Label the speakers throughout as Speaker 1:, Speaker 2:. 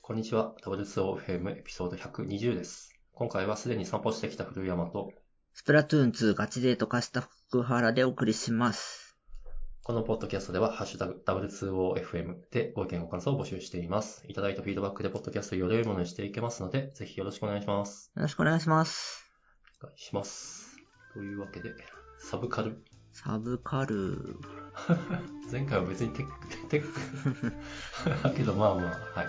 Speaker 1: こんにちは。W2OFM エピソード120です。今回はすでに散歩してきた古山と、
Speaker 2: スプラトゥーン2ガチデート化した福原でお送りします。
Speaker 1: このポッドキャストでは、ハッシュタグ W2OFM でご意見ご感想を募集しています。いただいたフィードバックでポッドキャストをより良いものにしていけますので、ぜひよろしくお願いします。
Speaker 2: よろしくお願いします。
Speaker 1: お願いします。というわけで、サブカル。
Speaker 2: サブカル。
Speaker 1: 前回は別にテック、 テック。だけどまあまあ、はい。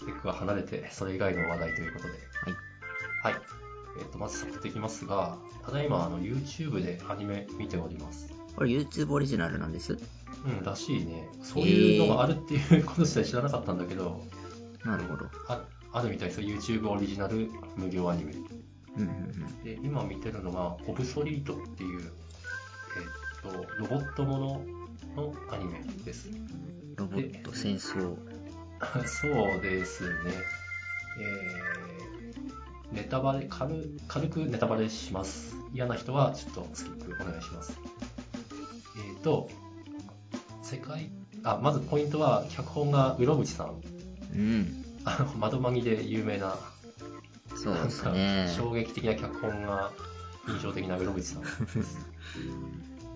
Speaker 1: テックは離れて、それ以外の話題ということで。はい。はい。えっ、と、まず早速いきますが、ただいま、あの、YouTube でアニメ見ております。
Speaker 2: これ YouTube オリジナルなんです。
Speaker 1: うん、らしいね。そういうのがあるっていうこと自体知らなかったんだけど、
Speaker 2: なるほど。
Speaker 1: ああるみたいですよ。YouTube オリジナル無料アニメ。
Speaker 2: うんうんうん。
Speaker 1: で、今見てるのが、オブソリートっていう、えーっと、ロボットもののアニメです。
Speaker 2: ロボット戦争。
Speaker 1: そうですね。えー、ネタバレ軽、軽くネタバレします。嫌な人はちょっとスキップお願いします。えーと、世界、あ、まずポイントは、脚本がうろぶちさん。
Speaker 2: うん。
Speaker 1: あの、窓マギで有名な、
Speaker 2: そうですね。
Speaker 1: 衝撃的な脚本が印象的なうろぶちさんです。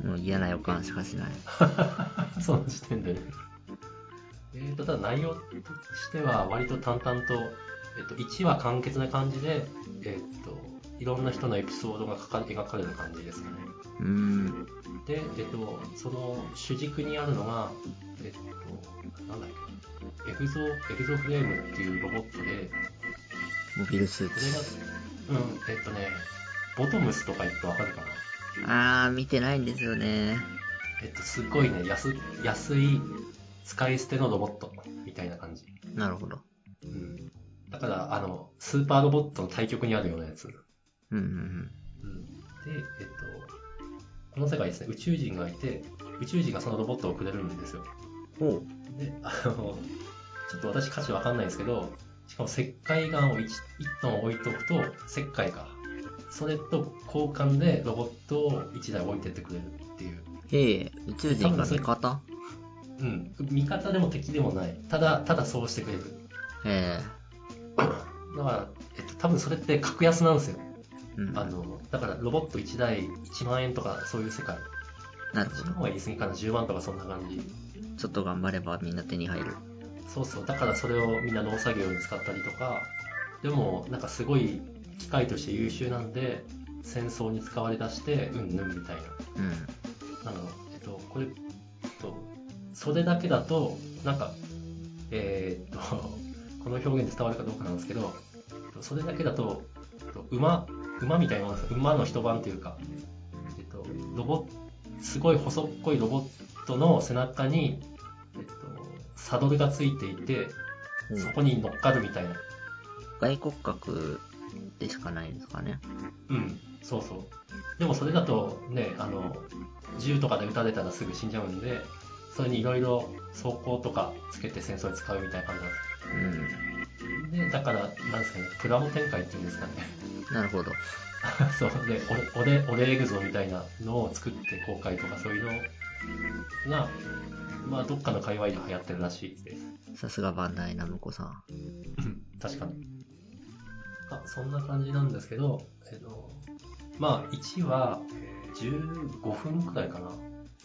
Speaker 2: もう嫌な予感しかしない。
Speaker 1: その時点でね。えーと、ただ内容としては割と淡々と、えっと、1話簡潔な感じで、えっと、いろんな人のエピソードが書か描かれる感じですかね。
Speaker 2: うん。
Speaker 1: で、えっと、その主軸にあるのが、えっと、なんだっけ、エグゾ、エグゾフレームっていうロボットで、
Speaker 2: モビルスー
Speaker 1: これが
Speaker 2: ツ。、
Speaker 1: うん、えっとね、ボトムスとか言ってわかるかな
Speaker 2: あー、見てないんですよね。
Speaker 1: えっと、すっごいね、安、安い、使い捨てのロボット、みたいな感じ。
Speaker 2: なるほど。
Speaker 1: うん。だから、あの、スーパーロボットの対極にあるようなやつ。
Speaker 2: うんうん
Speaker 1: うん。で、えっと、この世界ですね、宇宙人がいて、宇宙人がそのロボットをくれるんですよ。
Speaker 2: うん。おう。
Speaker 1: で、あの、ちょっと私価値わかんないんですけど、しかも石灰岩を 1, トン置いとくと、石灰か。それと交換でロボットを1台置いてってくれるっていう。
Speaker 2: へえ、宇宙人が味方
Speaker 1: うん。味方でも敵でもない。ただ、ただそうしてくれる。
Speaker 2: へえ。
Speaker 1: だから、えっと、多分それって格安なんですよ。
Speaker 2: うん。
Speaker 1: あの、だからロボット1台1万円とかそういう世界。
Speaker 2: なる
Speaker 1: そ
Speaker 2: ほ
Speaker 1: の
Speaker 2: ど。
Speaker 1: 方が言い過ぎかな、10万とかそんな感じ。
Speaker 2: ちょっと頑張ればみんな手に入る。
Speaker 1: そうそう、だからそれをみんな農作業に使ったりとか、でもなんかすごい機械として優秀なんで、戦争に使われ出して、うんぬんみたい
Speaker 2: うん。
Speaker 1: な。なの、えっと、これ、えっと、それだけだと、なんか、えーっと、 この表現伝わるかどうかなんですけど、えっとそれだけだと、えっと馬、馬みたいなものです。馬の一晩というか、えっと、ロボすごい細っこいロボットの背中に、えっと、サドルがついていて、
Speaker 2: うん
Speaker 1: そこに乗っかるみたいな。
Speaker 2: 外骨格でしかないんですかね。
Speaker 1: うん、そうそう。でもそれだとね、あの、銃とかで撃たれたらすぐ死んじゃうんで、それにいろいろ装甲とかつけて戦争に使うみたいな感じなんです
Speaker 2: う
Speaker 1: で、だから、なんですかね、プラモ展開っていうんですかね。
Speaker 2: ん。なるほど。
Speaker 1: そう、で、俺、俺、俺エグゾみたいなのを作って公開とかそういうのが、まあ、どっかの界隈で流行ってるらしいです。
Speaker 2: さすがバンダイナムコさん。
Speaker 1: うん確かに。あ、そんな感じなんですけど、えっと、まあ、1はえー15分くらいかな。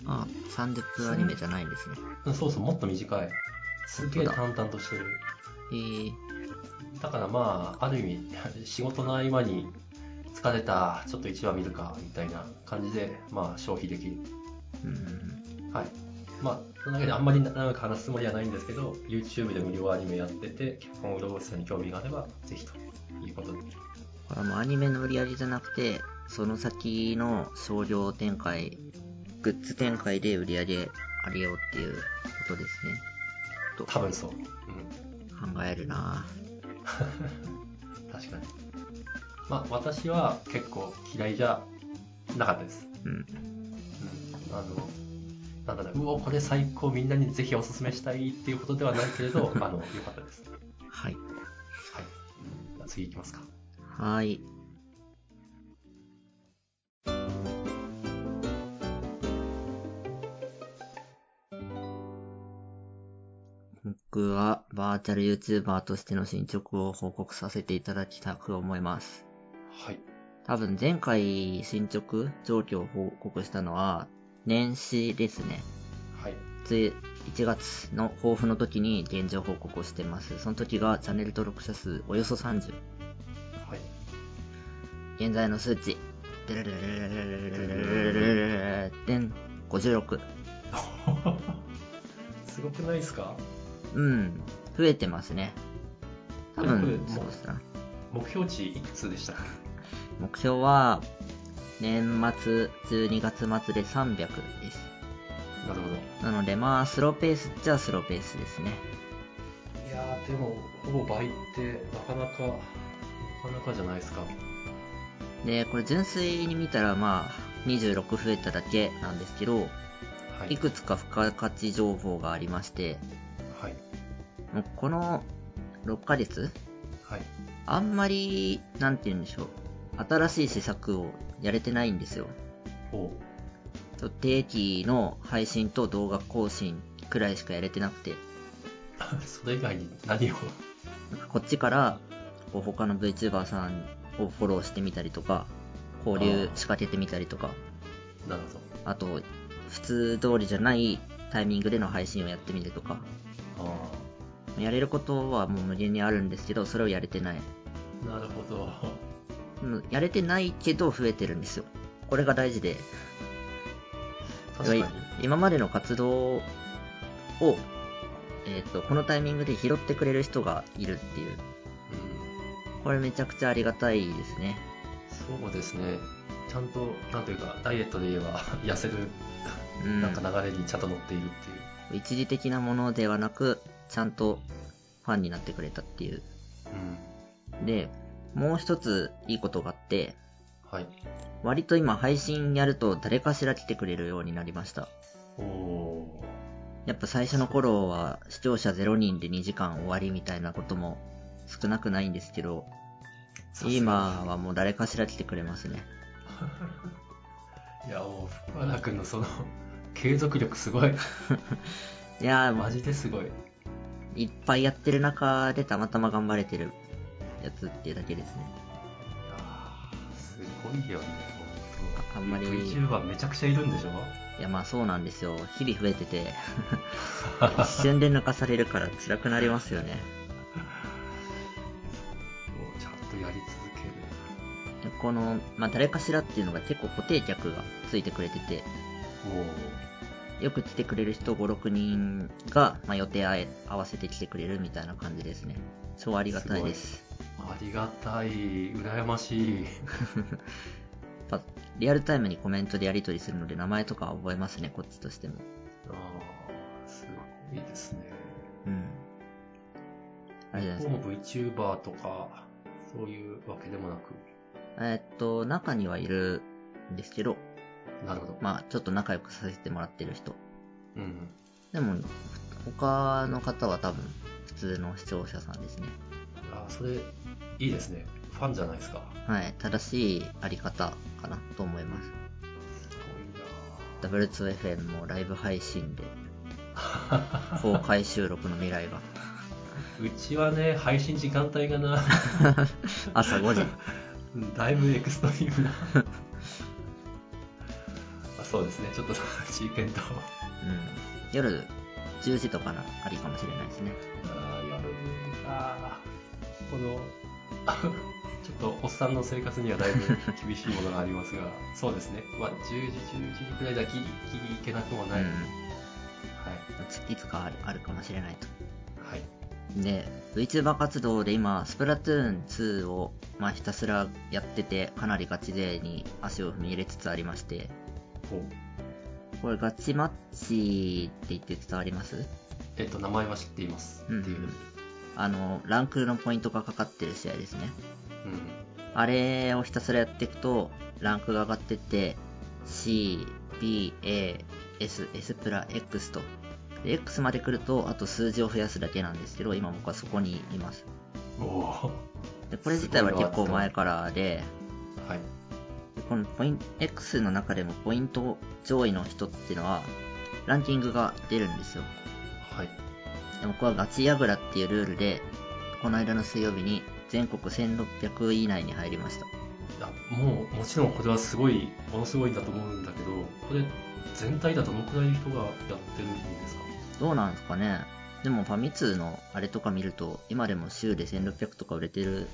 Speaker 2: あ、30分アニメじゃないんですね。
Speaker 1: うんそうそう、もっと短い。すげえ
Speaker 2: 本当だ
Speaker 1: 淡々としてる。
Speaker 2: えー、
Speaker 1: だからまあ、ある意味、 仕事の合間に疲れた、ちょっと1話見るか、みたいな感じで、まあ、消費できる。
Speaker 2: うん。
Speaker 1: はい。まあ、その中であんまり長く話すつもりはないんですけど、YouTube で無料アニメやってて、結婚うろぼしさんに興味があれば、ぜひということで。
Speaker 2: これはもうアニメの売り上げじゃなくて、その先の商業展開、グッズ展開で売り上げ上げようっていうことですね。
Speaker 1: 多分そう。うん、
Speaker 2: 考えるな
Speaker 1: 確かに。まあ、私は結構嫌いじゃなかったです。
Speaker 2: ぁうん。
Speaker 1: うん。あの、なんだろう、うお、これ最高、みんなにぜひおすすめしたいっていうことではないけれ ど、あの、よかったです。は
Speaker 2: はい。
Speaker 1: い。じゃあ次行きますか。
Speaker 2: はーい。僕はバーチャル YouTuber としての進捗を報告させていただきたく思います。
Speaker 1: はい。
Speaker 2: 多分前回進捗状況を報告したのは年始ですね。
Speaker 1: はい。
Speaker 2: つ1月の抱負の時に現状報告をしてます。その時がチャンネル登録者数およそ30。
Speaker 1: はい。
Speaker 2: 現在の数値。でるるるるるるるるるるるでん56。
Speaker 1: すごくないですか
Speaker 2: うん。増えてますね。多分、そうですね。
Speaker 1: 目標値いくつでしたか
Speaker 2: 目標は、年末、12月末で300です。
Speaker 1: なるほど。
Speaker 2: なので、まあ、スローペースっちゃスローペースですね。
Speaker 1: いやーでもほぼ倍ってなかなかなかなかじゃないですか
Speaker 2: で、これ純粋に見たら、まあ、26増えただけなんですけど、
Speaker 1: はい
Speaker 2: いくつか付加価値情報がありまして、
Speaker 1: はい
Speaker 2: もうこの6ヶ月、
Speaker 1: はい
Speaker 2: あんまり、なんて言うんでしょう、新しい施策をやれてないんですよ。
Speaker 1: お
Speaker 2: ちょっと定期の配信と動画更新くらいしかやれてなくて、
Speaker 1: それ以外に何を
Speaker 2: なんかこっちから、こう他の VTuber さんをフォローしてみたりとか、交流仕掛けてみたりとか、
Speaker 1: なるほ
Speaker 2: あと、普通通りじゃないタイミングでの配信をやってみるとか、
Speaker 1: どあ
Speaker 2: やれることはもう無限にあるんですけど、それをやれてない。
Speaker 1: あなるほど
Speaker 2: うんやれてないけど増えてるんですよ。これが大事で、
Speaker 1: 確かに
Speaker 2: 今までの活動を、えっ、と、このタイミングで拾ってくれる人がいるっていう。これめちゃくちゃありがたいですね。
Speaker 1: うんそうですねちゃんとなんというかダイエットで言えば 痩せる
Speaker 2: うん。
Speaker 1: なんか流れにちゃんと乗っているっていう
Speaker 2: 一時的なものではなく、ちゃんとファンになってくれたっていう。
Speaker 1: うん
Speaker 2: で、もう一ついいことがあって、
Speaker 1: はい
Speaker 2: 割と今配信やると誰かしら来てくれるようになりました。
Speaker 1: おお
Speaker 2: やっぱ最初の頃は視聴者0人で2時間終わりみたいなことも少なくないんですけど、
Speaker 1: ー
Speaker 2: 今はもう誰かしら来てくれますね。
Speaker 1: いやお福原君の その継続力すごい
Speaker 2: いやー、も
Speaker 1: マジですごいう
Speaker 2: いっぱいやってる中でたまたま頑張れてるやつっていうだけですね。
Speaker 1: あーすごいよね本当
Speaker 2: ああんまり
Speaker 1: VTuber めちゃくちゃいるんでしょ
Speaker 2: いやまあそうなんですよ。日々増えて て、一瞬で抜かされるから辛くなりますよね。
Speaker 1: もうちゃんとやり続ける
Speaker 2: でこの、まあ誰かしらっていうのが結構固定客がついてくれてて、
Speaker 1: おお
Speaker 2: よく来てくれる人5、6人が、まあ、予定あえ合わせて来てくれるみたいな感じですね。超ありがたいです。
Speaker 1: ありがたい羨ましい
Speaker 2: やっぱリアルタイムにコメントでやり取りするので名前とかは覚えますね、こっちとしても。
Speaker 1: あーすごいですね
Speaker 2: うん。あれじゃないです
Speaker 1: 僕
Speaker 2: か。
Speaker 1: も VTuber とかそういうわけでもなく
Speaker 2: えーっと、中にはいるんですけど、
Speaker 1: なるほど
Speaker 2: まあちょっと仲良くさせてもらってる人。
Speaker 1: うん
Speaker 2: でも、他の方は多分、普通の視聴者さんですね。
Speaker 1: あーそれいいですねファンじゃないですか
Speaker 2: はい。正しいあり方かなと思います。
Speaker 1: すご
Speaker 2: W2FM もライブ配 信で
Speaker 1: いなー
Speaker 2: 公開収録の未来が
Speaker 1: うちはね配信時間帯がな
Speaker 2: 朝5時
Speaker 1: うんだいぶエクストリ ームなあそうですねちょっと私意見と
Speaker 2: うん夜10時とかなありかもしれないですね
Speaker 1: あーやるんだこの あちょっとおっさんの生活にはだいぶ厳しいものがありますがそうですね、まあ、10時11時くらいじゃギリギリいけなくもない、
Speaker 2: うん
Speaker 1: はい
Speaker 2: いつかあるあるかもしれないと
Speaker 1: はい
Speaker 2: で VTuber 活動で今スプラトゥーン2を、まあ、ひたすらやっててかなりガチ勢に足を踏み入れつつありまして
Speaker 1: ほう
Speaker 2: これガチマッチって言って伝わります
Speaker 1: えっと名前は知っています、
Speaker 2: うん
Speaker 1: っていううん
Speaker 2: あのランクのポイントがかかってる試合ですねあれをひたすらやっていくと、ランクが上がってって、C、B、A、S、S プラ、X と。で X まで来ると、あと数字を増やすだけなんですけど、今僕はそこにいます。
Speaker 1: おお
Speaker 2: でこれ自体は結構前からで、
Speaker 1: ーはい
Speaker 2: でこのポイント、X の中でもポイント上位の人っていうのは、ランキングが出るんですよ。
Speaker 1: はい
Speaker 2: で僕はガチヤグラっていうルールで、この間の水曜日に全国1600位以内に入りました。
Speaker 1: あもうもちろんこれはすごいものすごいんだと思うんだけどこれ全体ではどのくらいの人がやってるんですか
Speaker 2: どうなんですかねでもファミ通のあれとか見ると、今でも週で1600とか売れてる。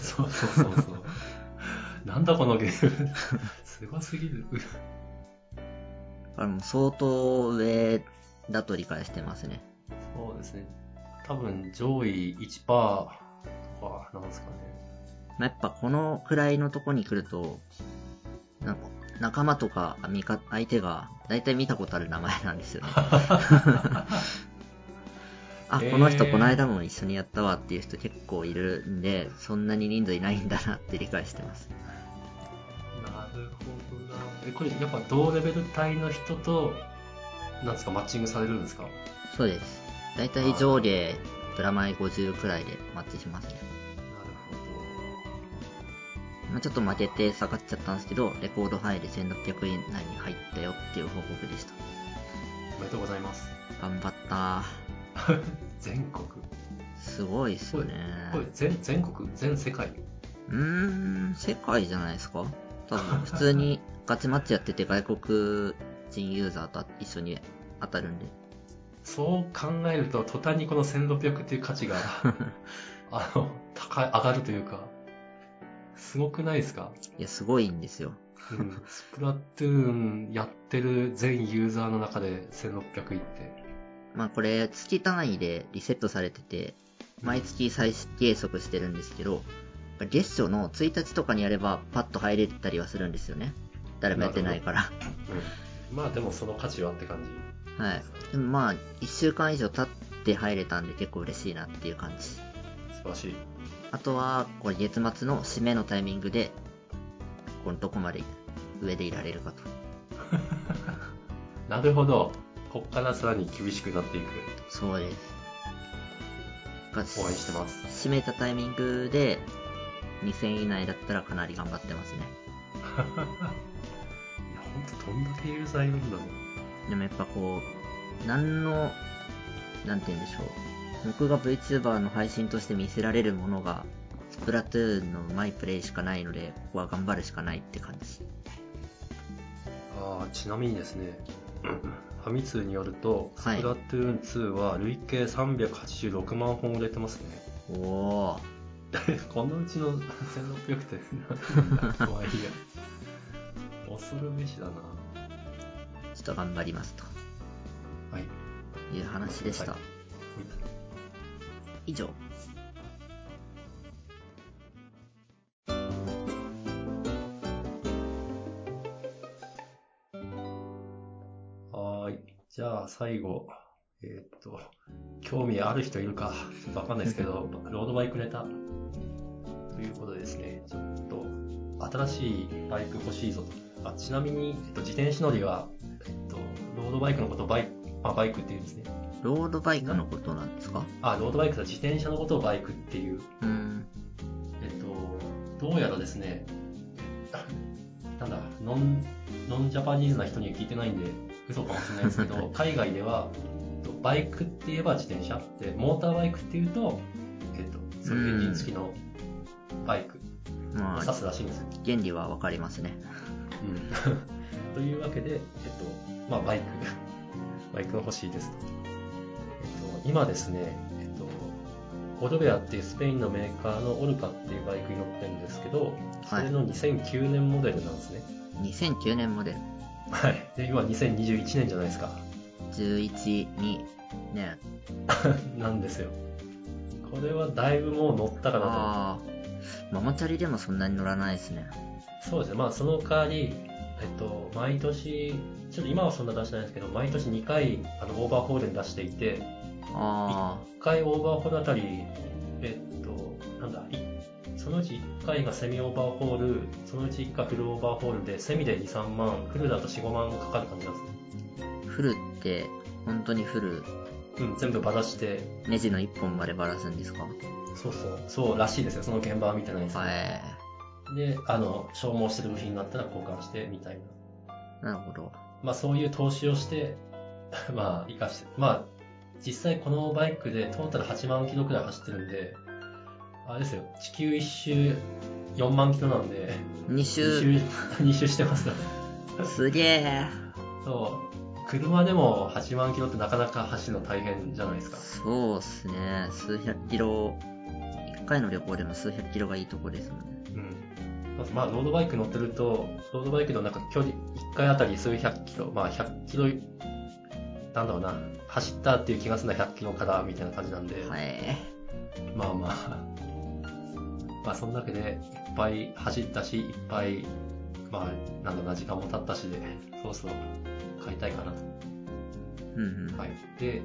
Speaker 1: そうそうそうそう なんだこのゲームすごすぎる
Speaker 2: だからもう相当上だと理解してますね。
Speaker 1: そうですね多分上位1%とかなんですかね
Speaker 2: まあ、やっぱこのくらいのとこに来ると、なんか仲間とか味方相手が大体見たことある名前なんですよね。あ、この人
Speaker 1: えー
Speaker 2: この間も一緒にやったわっていう人結構いるんで、そんなに人数いないんだなって理解してます。
Speaker 1: なるほどなえこれやっぱ同レベル帯の人となんですかマッチングされるんですか
Speaker 2: そうです。大体上下、プラマイ50くらいでマッチしますね。
Speaker 1: なる
Speaker 2: まあ、ちょっと負けて下がっちゃったんですけど、レコード範囲で1600位以内に入ったよっていう報告でした。
Speaker 1: ほどおめでとうございます
Speaker 2: 頑張った
Speaker 1: 全国
Speaker 2: すごいっすよね。
Speaker 1: これ全全国全世界
Speaker 2: うーん、世界じゃないですか多分、普通にガチマッチやってて外国人ユーザーと一緒に当たるんで。
Speaker 1: そう考えると途端にこの1600っていう価値 があの高い上がるというかすごくないですか、
Speaker 2: いや、すごいんですよ。
Speaker 1: うん、スプラトゥーンやってる全ユーザーの中で1600いって
Speaker 2: まあこれ、月単位でリセットされてて、毎月再計測してるんですけど、月初の1日とかにやればパッと入れたりはするんですよね。誰もやってないから。
Speaker 1: うん、まあでもその価値はって感じ
Speaker 2: はい。でもまあ、1週間以上経って入れたんで結構嬉しいなっていう感じ。
Speaker 1: 素晴らしい
Speaker 2: あとは、これ月末の締めのタイミングで、このどこまで上でいられるかと。
Speaker 1: なるほどこっからさらに厳しくなっていく
Speaker 2: そうです。が
Speaker 1: 応援してます
Speaker 2: 締めたタイミングで、2000以内だったらかなり頑張ってますね。
Speaker 1: いや本当どんだけユーザーいるんだろう
Speaker 2: でもやっぱこう、何の、なんて言うんでしょう。僕が VTuber の配信として見せられるものが、スプラトゥーンのうまいプレイしかないので、ここは頑張るしかないって感じ。
Speaker 1: あーちなみにですね、ファミ通によると、
Speaker 2: はい
Speaker 1: スプラトゥーン2は累計386万本売れてますね。
Speaker 2: おお
Speaker 1: このうちの1600って 何なんだ、怖いや。恐るべしだな。
Speaker 2: ちょっと頑張りますと
Speaker 1: はい。
Speaker 2: いう話でした。
Speaker 1: はい
Speaker 2: 以上。
Speaker 1: はーい。じゃあ最後、えーっと、興味ある人いるか、ちょっとわかんないですけど、ロードバイクネタということでですね、ちょっと新しいバイク欲しいぞと。あちなみに、えっと、自転車乗りは、えっと、ロードバイクのことをバイク、あ、バイクって言うんですね。
Speaker 2: ロードバイクのことなんですか
Speaker 1: あ、ロードバイクだ、自転車のことをバイクっていう。
Speaker 2: うーん。
Speaker 1: えっと、どうやらですね、なんだ、ノン、ノンジャパニーズな人には聞いてないんで、嘘かもしれないですけ ど、海外では、えっとバイクって言えば自転車で、モーターバイクっていうと、えっと、そういうエンジン付きのバイクを
Speaker 2: ま
Speaker 1: 指
Speaker 2: あ、
Speaker 1: すらしいんですよ。
Speaker 2: 原理はわかりますね。
Speaker 1: うんというわけで、えっと、まあ、バイク、バイクが欲しいですと。えっと、今ですね、えっと、オルベアっていうスペインのメーカーのオルカっていうバイクに乗ってるんですけど、そ
Speaker 2: はい
Speaker 1: れの2009年モデルなんですね。
Speaker 2: 2009年モデル。
Speaker 1: はい。で、今2021年じゃないですか。
Speaker 2: 11、2、ね。
Speaker 1: なんですよ。これはだいぶもう乗ったかなと。
Speaker 2: ああ。ママチャリでもそんなに乗らないですね。
Speaker 1: そうですね、まあその代わり、えっと、毎年、ちょっと今はそんな出してないんですけど、毎年2回あのオーバーホールに出していて、
Speaker 2: あ
Speaker 1: 1回オーバーホールあたり、えっと、なんだ、いそのうち1回がセミオーバーホール、そのうち1回フルオーバーホールで、セミで2、3万、フルだと4、5万かかる感じなんです。
Speaker 2: あ。フルって、本当にフル、
Speaker 1: うん、全部ばらして、
Speaker 2: ネジの1本までばらすんですか
Speaker 1: そうそう、そうらしいですよ、その現場は見てないですけど。
Speaker 2: はい。
Speaker 1: で、あの、消耗してる部品があったら交換して、みたいな。
Speaker 2: なるほど。
Speaker 1: まあそういう投資をして、まあ生かして、まあ実際このバイクでトータル8万キロくらい走ってるんで、あれですよ、地球一周4万キロなんで、
Speaker 2: 2
Speaker 1: 2
Speaker 2: 周
Speaker 1: 周、2周 してますよ。
Speaker 2: すげえ
Speaker 1: そう。車でも8万キロってなかなか走るの大変じゃないですか。
Speaker 2: そうっすね数百キロ1回の旅行でも数百キロがいいとこですもんね
Speaker 1: うん。まずまあ、ロードバイク乗ってると、ロードバイクのなんか距離、1回あたり数百キロ、まあ100キロ、なんだろうな、走ったっていう気がするのは100キロからみたいな感じなんで、
Speaker 2: はい
Speaker 1: まあまあ、 まあその中でいっぱい走ったし、いっぱい、まあ、なんだろうな、時間も経ったしで、そうそう、買いたいかなと。
Speaker 2: うんうん、
Speaker 1: はい、で、え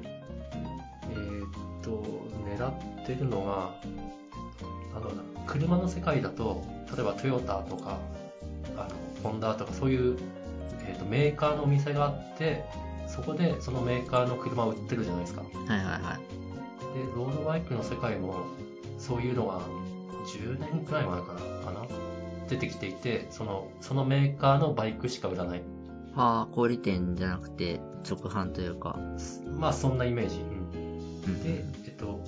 Speaker 1: ーっと、狙ってるのが、あの、車の世界だと、例えばトヨタとか、あの、ホンダとか、そういう、えーっと、メーカーのお店があって、そこでそのメーカーの車を売ってるじゃないですか。で、
Speaker 2: はいはいはい
Speaker 1: ロードバイクの世界も、そういうのが10年くらい前からかな、出てきていて、その、そのメーカーのバイクしか売らない。
Speaker 2: はあ小売店じゃなくて直販というか
Speaker 1: まあ、そんなイメージ。うん
Speaker 2: うん
Speaker 1: で、えっと、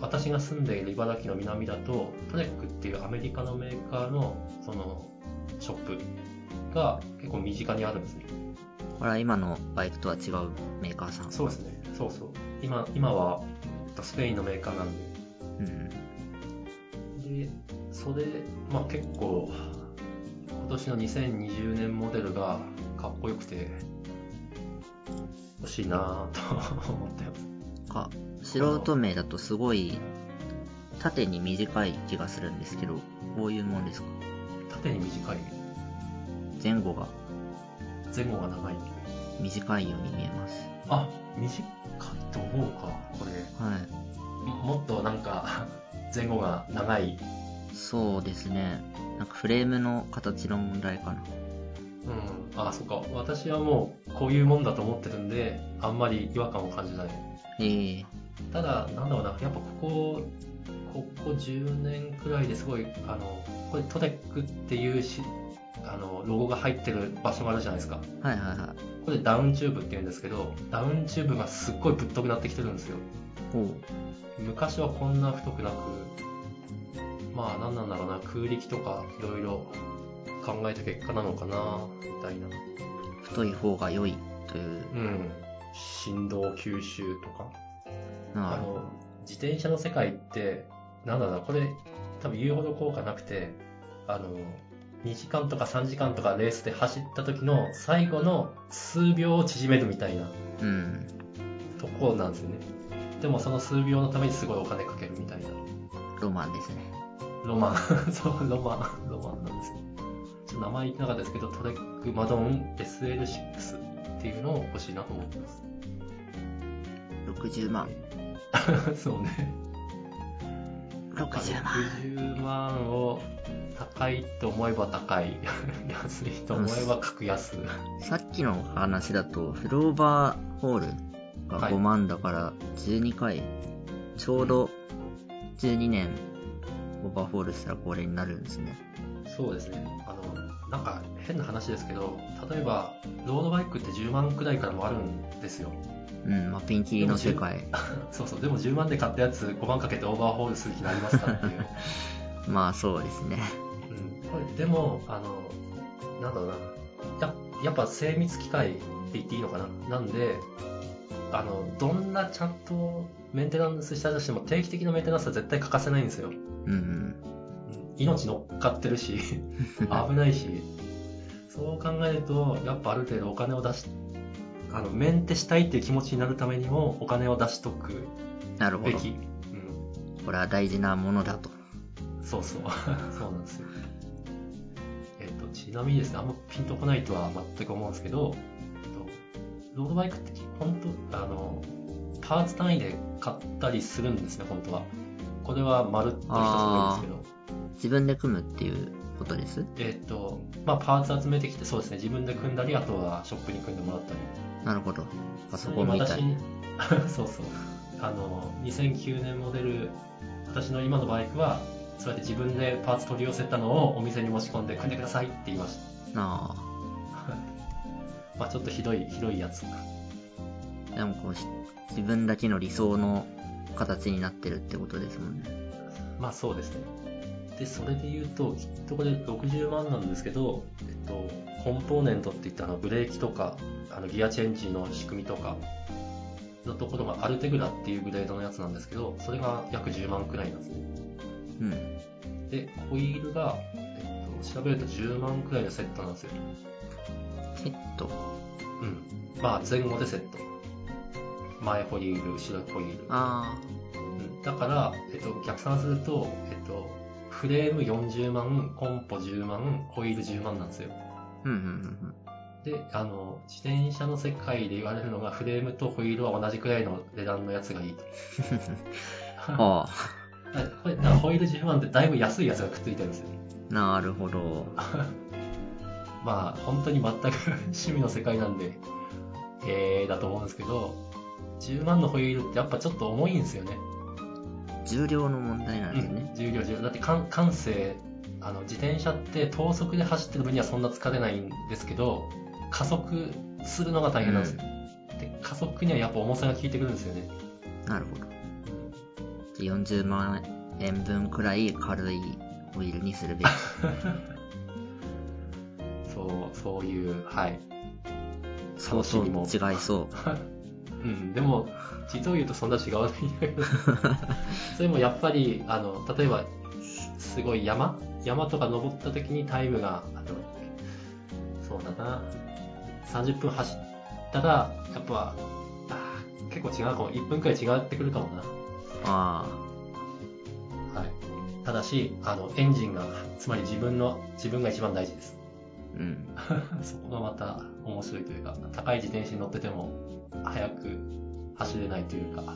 Speaker 1: 私が住んでいる茨城の南だと、トレックっていうアメリカのメーカーの、その、ショップが結構身近にあるんですね。
Speaker 2: これは今のバイクとは違うメーカーさん
Speaker 1: そうですね。そうそう。今、今は、えっとスペインのメーカーなんで。
Speaker 2: うんうん
Speaker 1: で、それ、まあ結構、今年の2020年モデルがかっこよくて、欲しいなぁと思ってます。
Speaker 2: か素人名だとすごい縦に短い気がするんですけどこういうもんですか
Speaker 1: 縦に短い、
Speaker 2: 前後が
Speaker 1: 前後が長い。
Speaker 2: 短いように見えます
Speaker 1: あ、短いと思うか、これ。
Speaker 2: は
Speaker 1: ももっとなんか 前後が長い、
Speaker 2: いそうですねなんかフレームの形の問題かな
Speaker 1: うん、あそっか私はもうこういうもんだと思ってるんであんまり違和感を感じない
Speaker 2: ええ
Speaker 1: ただなんだろうなやっぱここここ10年くらいですごいあのこれトレックっていうしあのロゴが入ってる場所があるじゃないですか
Speaker 2: はいはいはい
Speaker 1: これダウンチューブって言うんですけどダウンチューブがすっごいぶっとくなってきてるんですよ
Speaker 2: おう
Speaker 1: 昔はこんな太くなくまあ何なんだろうな空力とかいろいろ考えた結果なのかなみたいな
Speaker 2: 太い方が良いという
Speaker 1: うん振動吸収とかあ
Speaker 2: な
Speaker 1: の自転車の世界って何だろうなこれ多分言うほど効果なくてあの2時間とか3時間とかレースで走った時の最後の数秒を縮めるみたいな
Speaker 2: うん
Speaker 1: ところなんですよねでもその数秒のためにすごいお金かけるみたいな
Speaker 2: ロマンですね
Speaker 1: ロマン、 そう、ロマン、ロマンなんですよ。ちょっと名前言ってなかったですけど、トレックマドン SL6 っていうのを欲しいなと思ってます。
Speaker 2: 60万
Speaker 1: そうね。
Speaker 2: 60万
Speaker 1: 60万を高いと思えば高い、 安いと思えば格安。
Speaker 2: さっきの話だとフローバーホールが
Speaker 1: はい
Speaker 2: 5万だから12回、ちょうど12年オーバーホールしたらこれになるんですね
Speaker 1: そうですね。あの、なんか変な話ですけど、例えば、ロードバイクって10万くらいからもあるんですよ。
Speaker 2: うんまあピンキリの世界
Speaker 1: そうそう、でも10万で買ったやつ5万かけてオーバーホールする気になりますかっていう。
Speaker 2: まあそうですね
Speaker 1: うんこれでもあのなんだろうなややっぱ精密機械って言っていいのかななんであのどんなちゃんとメンテナンスしたとしても定期的なメンテナンスは絶対欠かせないんですよ、うん
Speaker 2: うん
Speaker 1: 命乗っかってるし
Speaker 2: うん
Speaker 1: 危ないしそう考えるとやっぱある程度お金を出しあのメンテしたいっていう気持ちになるためにもお金を出しとく
Speaker 2: なるほ
Speaker 1: べ
Speaker 2: ど
Speaker 1: き、うん、
Speaker 2: これは大事なものだと
Speaker 1: そうそうそうなんですよ えっとちなみにですねあんまピンとこないとは全く思うんですけど、えっと、ロードバイクって本当あのパーツ単位で買ったりするんですね本当はこれはまるっと一つ多いんです
Speaker 2: 自分で組むっていうことです
Speaker 1: けどえっとまあパーツ集めてきてそうですね自分で組んだりあとはショップに組んでもらったり
Speaker 2: なるほどパソコンみたい
Speaker 1: それに私 そうそうあの2009年モデル私の今のバイクはそうやって自分でパーツ取り寄せたのをお店に持ち込んで組んでくださいって言いました
Speaker 2: な
Speaker 1: まあちょっとひどい、ひどいやつ。
Speaker 2: あでもこうひ自分だけの理想の形になってるってことですもんね。
Speaker 1: まあそうですね。で、それで言うと、きっとこれ60万なんですけど、えっと、コンポーネントっていったあのブレーキとか、あのギアチェンジの仕組みとかのところがアルテグラっていうグレードのやつなんですけど、それが約10万くらいなんですね。
Speaker 2: うん。
Speaker 1: で、ホイールが、えっと、調べると10万くらいのセットなんですよ。
Speaker 2: セット。
Speaker 1: うん。まあ前後でセット。前ホイール、後ろホイール。
Speaker 2: あ
Speaker 1: うんだから、えっと、逆算すると、えっと、フレーム40万、コンポ10万、ホイール10万なんですよ。
Speaker 2: あ。うんうん うん
Speaker 1: で、あの、自転車の世界で言われるのが、フレームとホイールは同じくらいの値段のやつがいいと。
Speaker 2: うん。ああ。
Speaker 1: だからこれだからホイール10万ってだいぶ安いやつがくっついてるんですよ。
Speaker 2: なるほど。
Speaker 1: まあ、本当に全く 趣味の世界なんで、えー、だと思うんですけど、10万のホイールってやっぱちょっと重いんですよね。
Speaker 2: 重量の問題な
Speaker 1: う
Speaker 2: んです
Speaker 1: ん
Speaker 2: ね。、
Speaker 1: 重量重量だって感感性あの自転車って等速で走ってる分にはそんな疲れないんですけど加速するのが大変なんですよ、で加速にはやっぱ重さが効いてくるんですよね、
Speaker 2: なるほど。じゃあ40万円分くらい軽いホイールにするべ き。
Speaker 1: そうそういうはい
Speaker 2: 相当違いそう。
Speaker 1: うんでも実を言うとそんな違わないんだけどそれもやっぱりあの例えばすごい山山とか登った時にタイムがあとそうだな30分走ったらやっぱあー結構違うかも1分くらい違ってくるかもな
Speaker 2: あ
Speaker 1: はい、ただしあのエンジンがつまり自分の自分が一番大事です
Speaker 2: あ。 うん。
Speaker 1: そこがまた面白いというか高い自転車に乗ってても速く走れないというか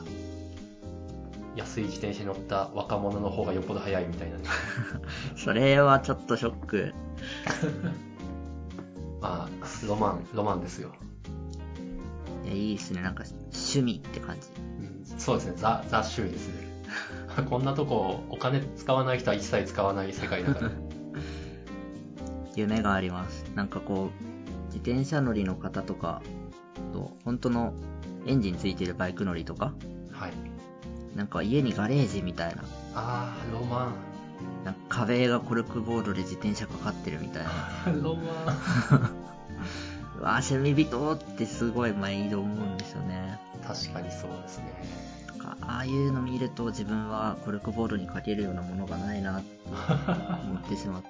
Speaker 1: 安い自転車に乗った若者の方がよっぽど速いみ たいな、ね、
Speaker 2: それはちょっとショック。
Speaker 1: まあロマンロマンですよ、
Speaker 2: いや、いいっすね。なんか、趣味って感じ。
Speaker 1: うんそうですねザ・ザ・シューです ねこんなとこお金使わない人は一切使わない世界 だから
Speaker 2: 夢があります。なんかこう、自転車乗りの方とか、と本当のエンジンついてるバイク乗りとか、
Speaker 1: はい
Speaker 2: なんか家にガレージみたいな、
Speaker 1: ああロマ
Speaker 2: なんか壁がコルクボードで自転車かかってるみたいな。
Speaker 1: ン ロマン
Speaker 2: うわー、趣味人ってすごい毎度思うんですよね。
Speaker 1: 確かにそうです ね
Speaker 2: なんか、ああいうの見ると自分はコルクボードにかけるようなものがないなって思ってしまって。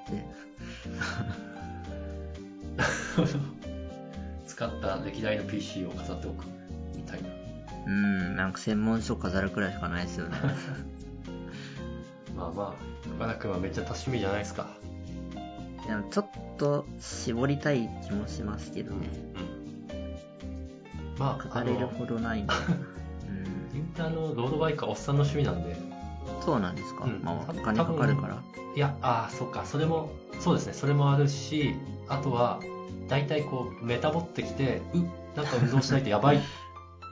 Speaker 1: 使った歴代の PC を飾っておくみたいな
Speaker 2: うん、なんか専門書飾るくらいしかないですよね。
Speaker 1: まあまあ深田君はめっちゃ多趣味じゃないですか
Speaker 2: いやちょっと絞りたい気もしますけどね。
Speaker 1: まあ
Speaker 2: 語
Speaker 1: あ
Speaker 2: れる
Speaker 1: の
Speaker 2: ほどないんだ。う
Speaker 1: 言うてあのロードバイクはおっさんの趣味なんで
Speaker 2: ん、そうなんですか、
Speaker 1: うん
Speaker 2: まあ、お
Speaker 1: た
Speaker 2: 金かかるから。
Speaker 1: いやああそっかそれもそうですねそれもあるしあとは大体こうメタボってきてうなんか運動しないとやばいっ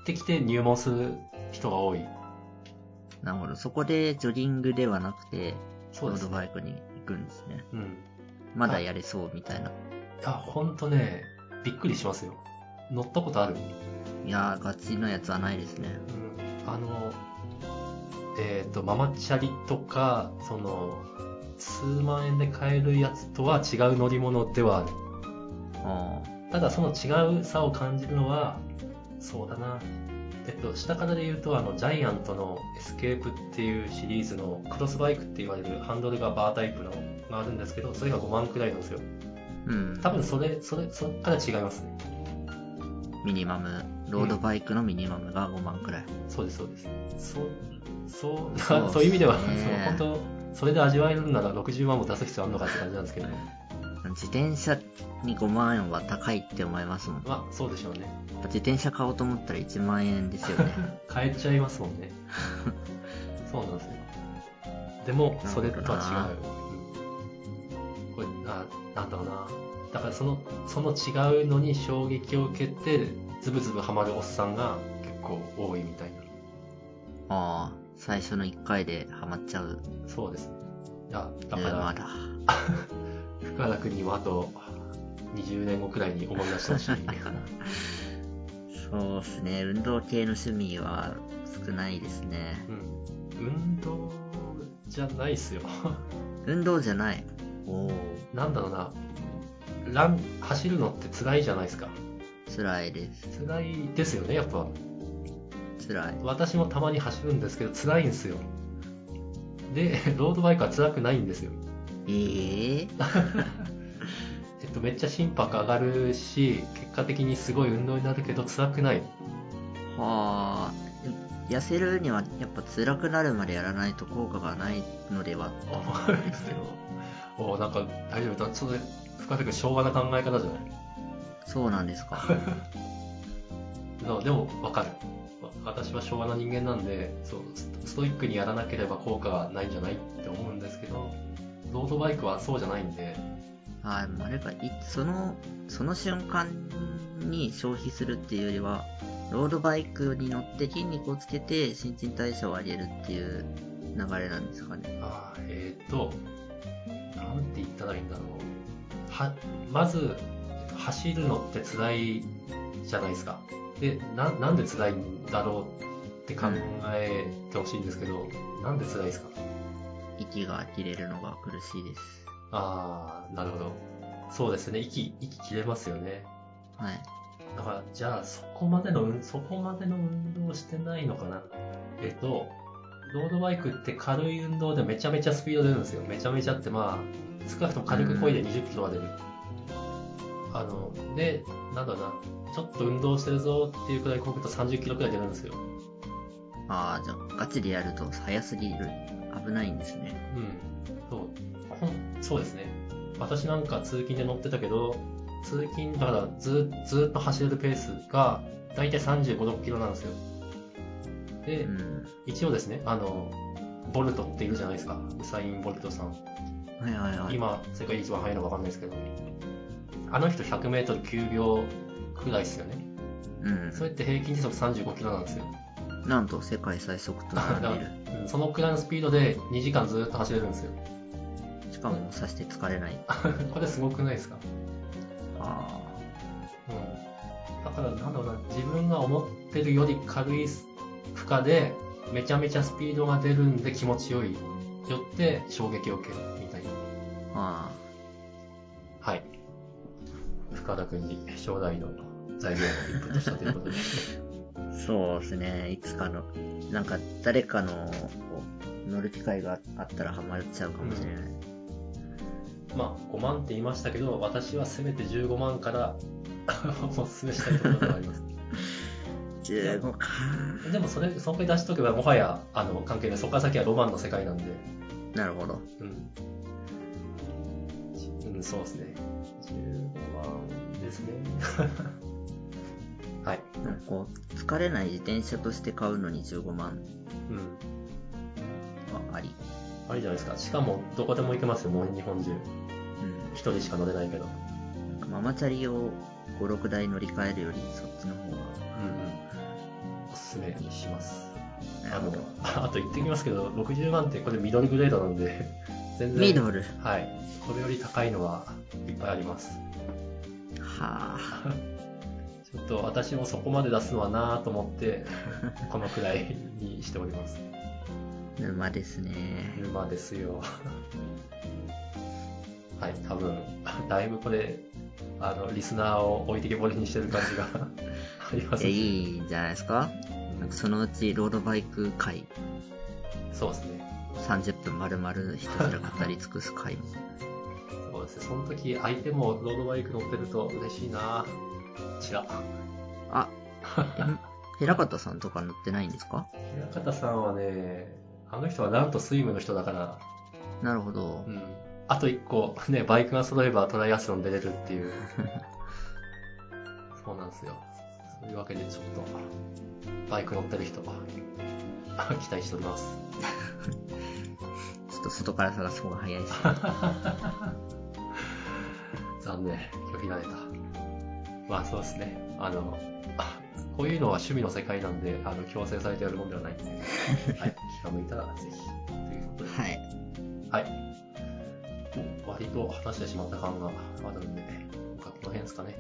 Speaker 1: てきて入門する人が多い
Speaker 2: なるほど。そこでジョギングではなくて、
Speaker 1: そ
Speaker 2: ロ
Speaker 1: うで
Speaker 2: ード
Speaker 1: す
Speaker 2: バイクに行くんですね。
Speaker 1: うん
Speaker 2: まだやれそうみたいな。
Speaker 1: いやほんとねびっくりしますよ乗ったことある
Speaker 2: いやー、ガチのやつはないですね。
Speaker 1: うんあの、えっ、と、ママチャリとか、その、数万円で買えるやつとは違う乗り物ではある。
Speaker 2: ああ、
Speaker 1: ただ、その違うさを感じるのは、そうだな。えっと、下からで言うと、あの、ジャイアントのエスケープっていうシリーズのクロスバイクって言われるハンドルがバータイプのがあるんですけど、それが5万くらいなんですよ。
Speaker 2: うん。
Speaker 1: 多分、それ、それ、そっから違いますね。
Speaker 2: ミニマム、ロードバイクのミニマムが5万くらい。
Speaker 1: そうです、そうです。そう、そう、
Speaker 2: そうっすね
Speaker 1: そういう意味では、そう本当、それで味わえるんなら60万も出す必要あるのかって感じなんですけど、
Speaker 2: 自転車に5万円は高いって思いますもん。や
Speaker 1: まあ、そうでしょうね。
Speaker 2: っぱ自転車買おうと思ったら1万円ですよね。
Speaker 1: 変えちゃいますもんね。 そうなんですよ。でも、それとは違う。これ、あ、なんだろうな。だから、その、その違うのに衝撃を受けて、ズブズブハマるおっさんが結構多いみたいな。
Speaker 2: ああ、最初の1回でハマっちゃう
Speaker 1: そうですね。いや、だから、
Speaker 2: 沼だ。
Speaker 1: 深田君にもあと20年後くらいに思い出してほしい。
Speaker 2: そうっすね。運動系の趣味は少ないですね。
Speaker 1: うん。運動じゃないっすよ。
Speaker 2: 運動じゃない。おお。
Speaker 1: なんだろうな。ラン、走るのって辛いじゃないですか。
Speaker 2: 辛いです。
Speaker 1: 辛いですよね、やっぱ。
Speaker 2: 辛い。
Speaker 1: 私もたまに走るんですけど、辛いんですよ。で、 ロードバイクは辛くないんですよ。
Speaker 2: ええ
Speaker 1: えっと、めっちゃ心拍上がるし、結果的にすごい運動になるけど、辛くない。
Speaker 2: はあ。痩せるにはやっぱ辛くなるまでやらないと効果がないのでは
Speaker 1: お前ですよ。おなんか大丈夫だ。それ、深瀬君、昭和な考え方じゃない
Speaker 2: そうなんですか
Speaker 1: そうでも分かるわ私は昭和な人間なんでそうスストイックにやらなければ効果はないんじゃないって思うんですけどロードバイクはそうじゃないんで
Speaker 2: あーでもあれかいそのその瞬間に消費するっていうよりはロードバイクに乗って筋肉をつけて新陳代謝を上げるっていう流れなんですかね
Speaker 1: あーえっ、となんて言ったらいいんだろうはまず走るのって辛いじゃないですかでななんで辛いんだろうって考えてほしいんですけど、なんで辛いですか
Speaker 2: 息が切れるのが苦しいです
Speaker 1: ああなるほどそうですね息息切れますよね
Speaker 2: はい
Speaker 1: だから、じゃあ、そこまでの運、そこまでの運動をしてないのかな。えっと、ロードバイクって軽い運動でめちゃめちゃスピード出るんですよ。めちゃめちゃって、まあ、少なくとも軽く漕いで20キロは出る。あの、で、なんだろうな、ちょっと運動してるぞっていうくらい漕ぐと30キロくらい出るんですよ。
Speaker 2: ああじゃあガチでやると早すぎる危ないんですね
Speaker 1: うん。そう。ほんそうですね。私なんか通勤で乗ってたけど、通勤、だからずずっと走れるペースが、だいたい35、6キロなんですよ。で、
Speaker 2: うん
Speaker 1: 一応ですね、あの、ボルトっているじゃないですか、ウサイン・ボルトさん。
Speaker 2: はいはいはい
Speaker 1: 今、世界で一番速いのか分かんないですけど、あの人100メートル9秒くらいですよね。
Speaker 2: うん
Speaker 1: それって平均時速35キロなんですよ。
Speaker 2: なんと世界最速とな っている
Speaker 1: うんそのくらいのスピードで2時間ずっと走れるんですよ。
Speaker 2: しかもさして疲れない
Speaker 1: これすごくないですか
Speaker 2: あ
Speaker 1: うん。だから、なんだろうな、自分が思ってるより軽い負荷で、めちゃめちゃスピードが出るんで気持ちよい。よって衝撃を受けるみたいな。
Speaker 2: ーあ
Speaker 1: はい。深田君に将来の材料をインプットしたということで。
Speaker 2: ーそうですねいつかのなんか誰かのこう乗る機会があったらハマっちゃうかもしれない、
Speaker 1: まあ、5万って言いましたけど、私はせめて15万から お勧めしたいところではあります。
Speaker 2: 15か
Speaker 1: でもそれ、そんくらい出しとけば、もはや、あの、関係ない。そこから先はロマンの世界なんで。
Speaker 2: なるほど
Speaker 1: うん。うん、そうですね。15万ですね。 はい。
Speaker 2: なんかこう疲れない自転車として買うのに15万
Speaker 1: うん。
Speaker 2: はあり
Speaker 1: あれじゃないですか。しかも、どこでも行けますよ、もう日本中。
Speaker 2: う
Speaker 1: 一人しか乗れないけど。
Speaker 2: んなんかママチャリを56台乗り換えるよりそっちの
Speaker 1: う
Speaker 2: 方が
Speaker 1: んうん、おすすめします。
Speaker 2: な
Speaker 1: あ
Speaker 2: るほ
Speaker 1: の
Speaker 2: ど、
Speaker 1: ああ と言ってきますけど、60万ってこれミドルグレードなんで、 全然。
Speaker 2: ミドル
Speaker 1: はい。これより高いのはいっぱいあります。
Speaker 2: はあ
Speaker 1: ちょっと私もそこまで出すのはなぁと思 って、このくらいにしております。
Speaker 2: 沼ですね
Speaker 1: 車ですよ。 はい、多分、だいぶこれ、あの、リスナーを置いてけぼりにしてる感 じがありま
Speaker 2: い
Speaker 1: す
Speaker 2: や
Speaker 1: ね。
Speaker 2: いいんじゃないですか
Speaker 1: うん
Speaker 2: そのうちロードバイク会
Speaker 1: そうですね。
Speaker 2: 30分丸々ひたすら語り尽くす回も
Speaker 1: そうですね、その時相手もロードバイク乗ってると嬉しいなちら。
Speaker 2: あ え平方さんとか乗ってないんですか
Speaker 1: 平方さんはね、あの人はなんとスイムの人だから、
Speaker 2: なるほど
Speaker 1: うん。あと一個、ね、バイクが揃えばトライアスロン出れるっていう。そうなんですよ。そういうわけでちょっと、バイク乗ってる人、あ期待しております。
Speaker 2: ちょっと外から探す方が早いし
Speaker 1: 残念、拒否られた。まあそうですね。あの、 あこういうのは趣味の世界なんで、あの、強制されてやるもんではないんで、はい、気が向いたらぜひ、ということで。
Speaker 2: はい
Speaker 1: はい。割と話してしまった感があるんで、僕はこの辺ですかね。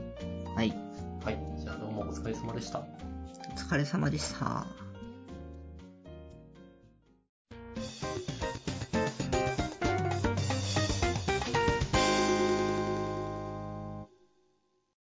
Speaker 2: はい
Speaker 1: はい。じゃあどうもお疲れ様でした。
Speaker 2: お疲れ様でした。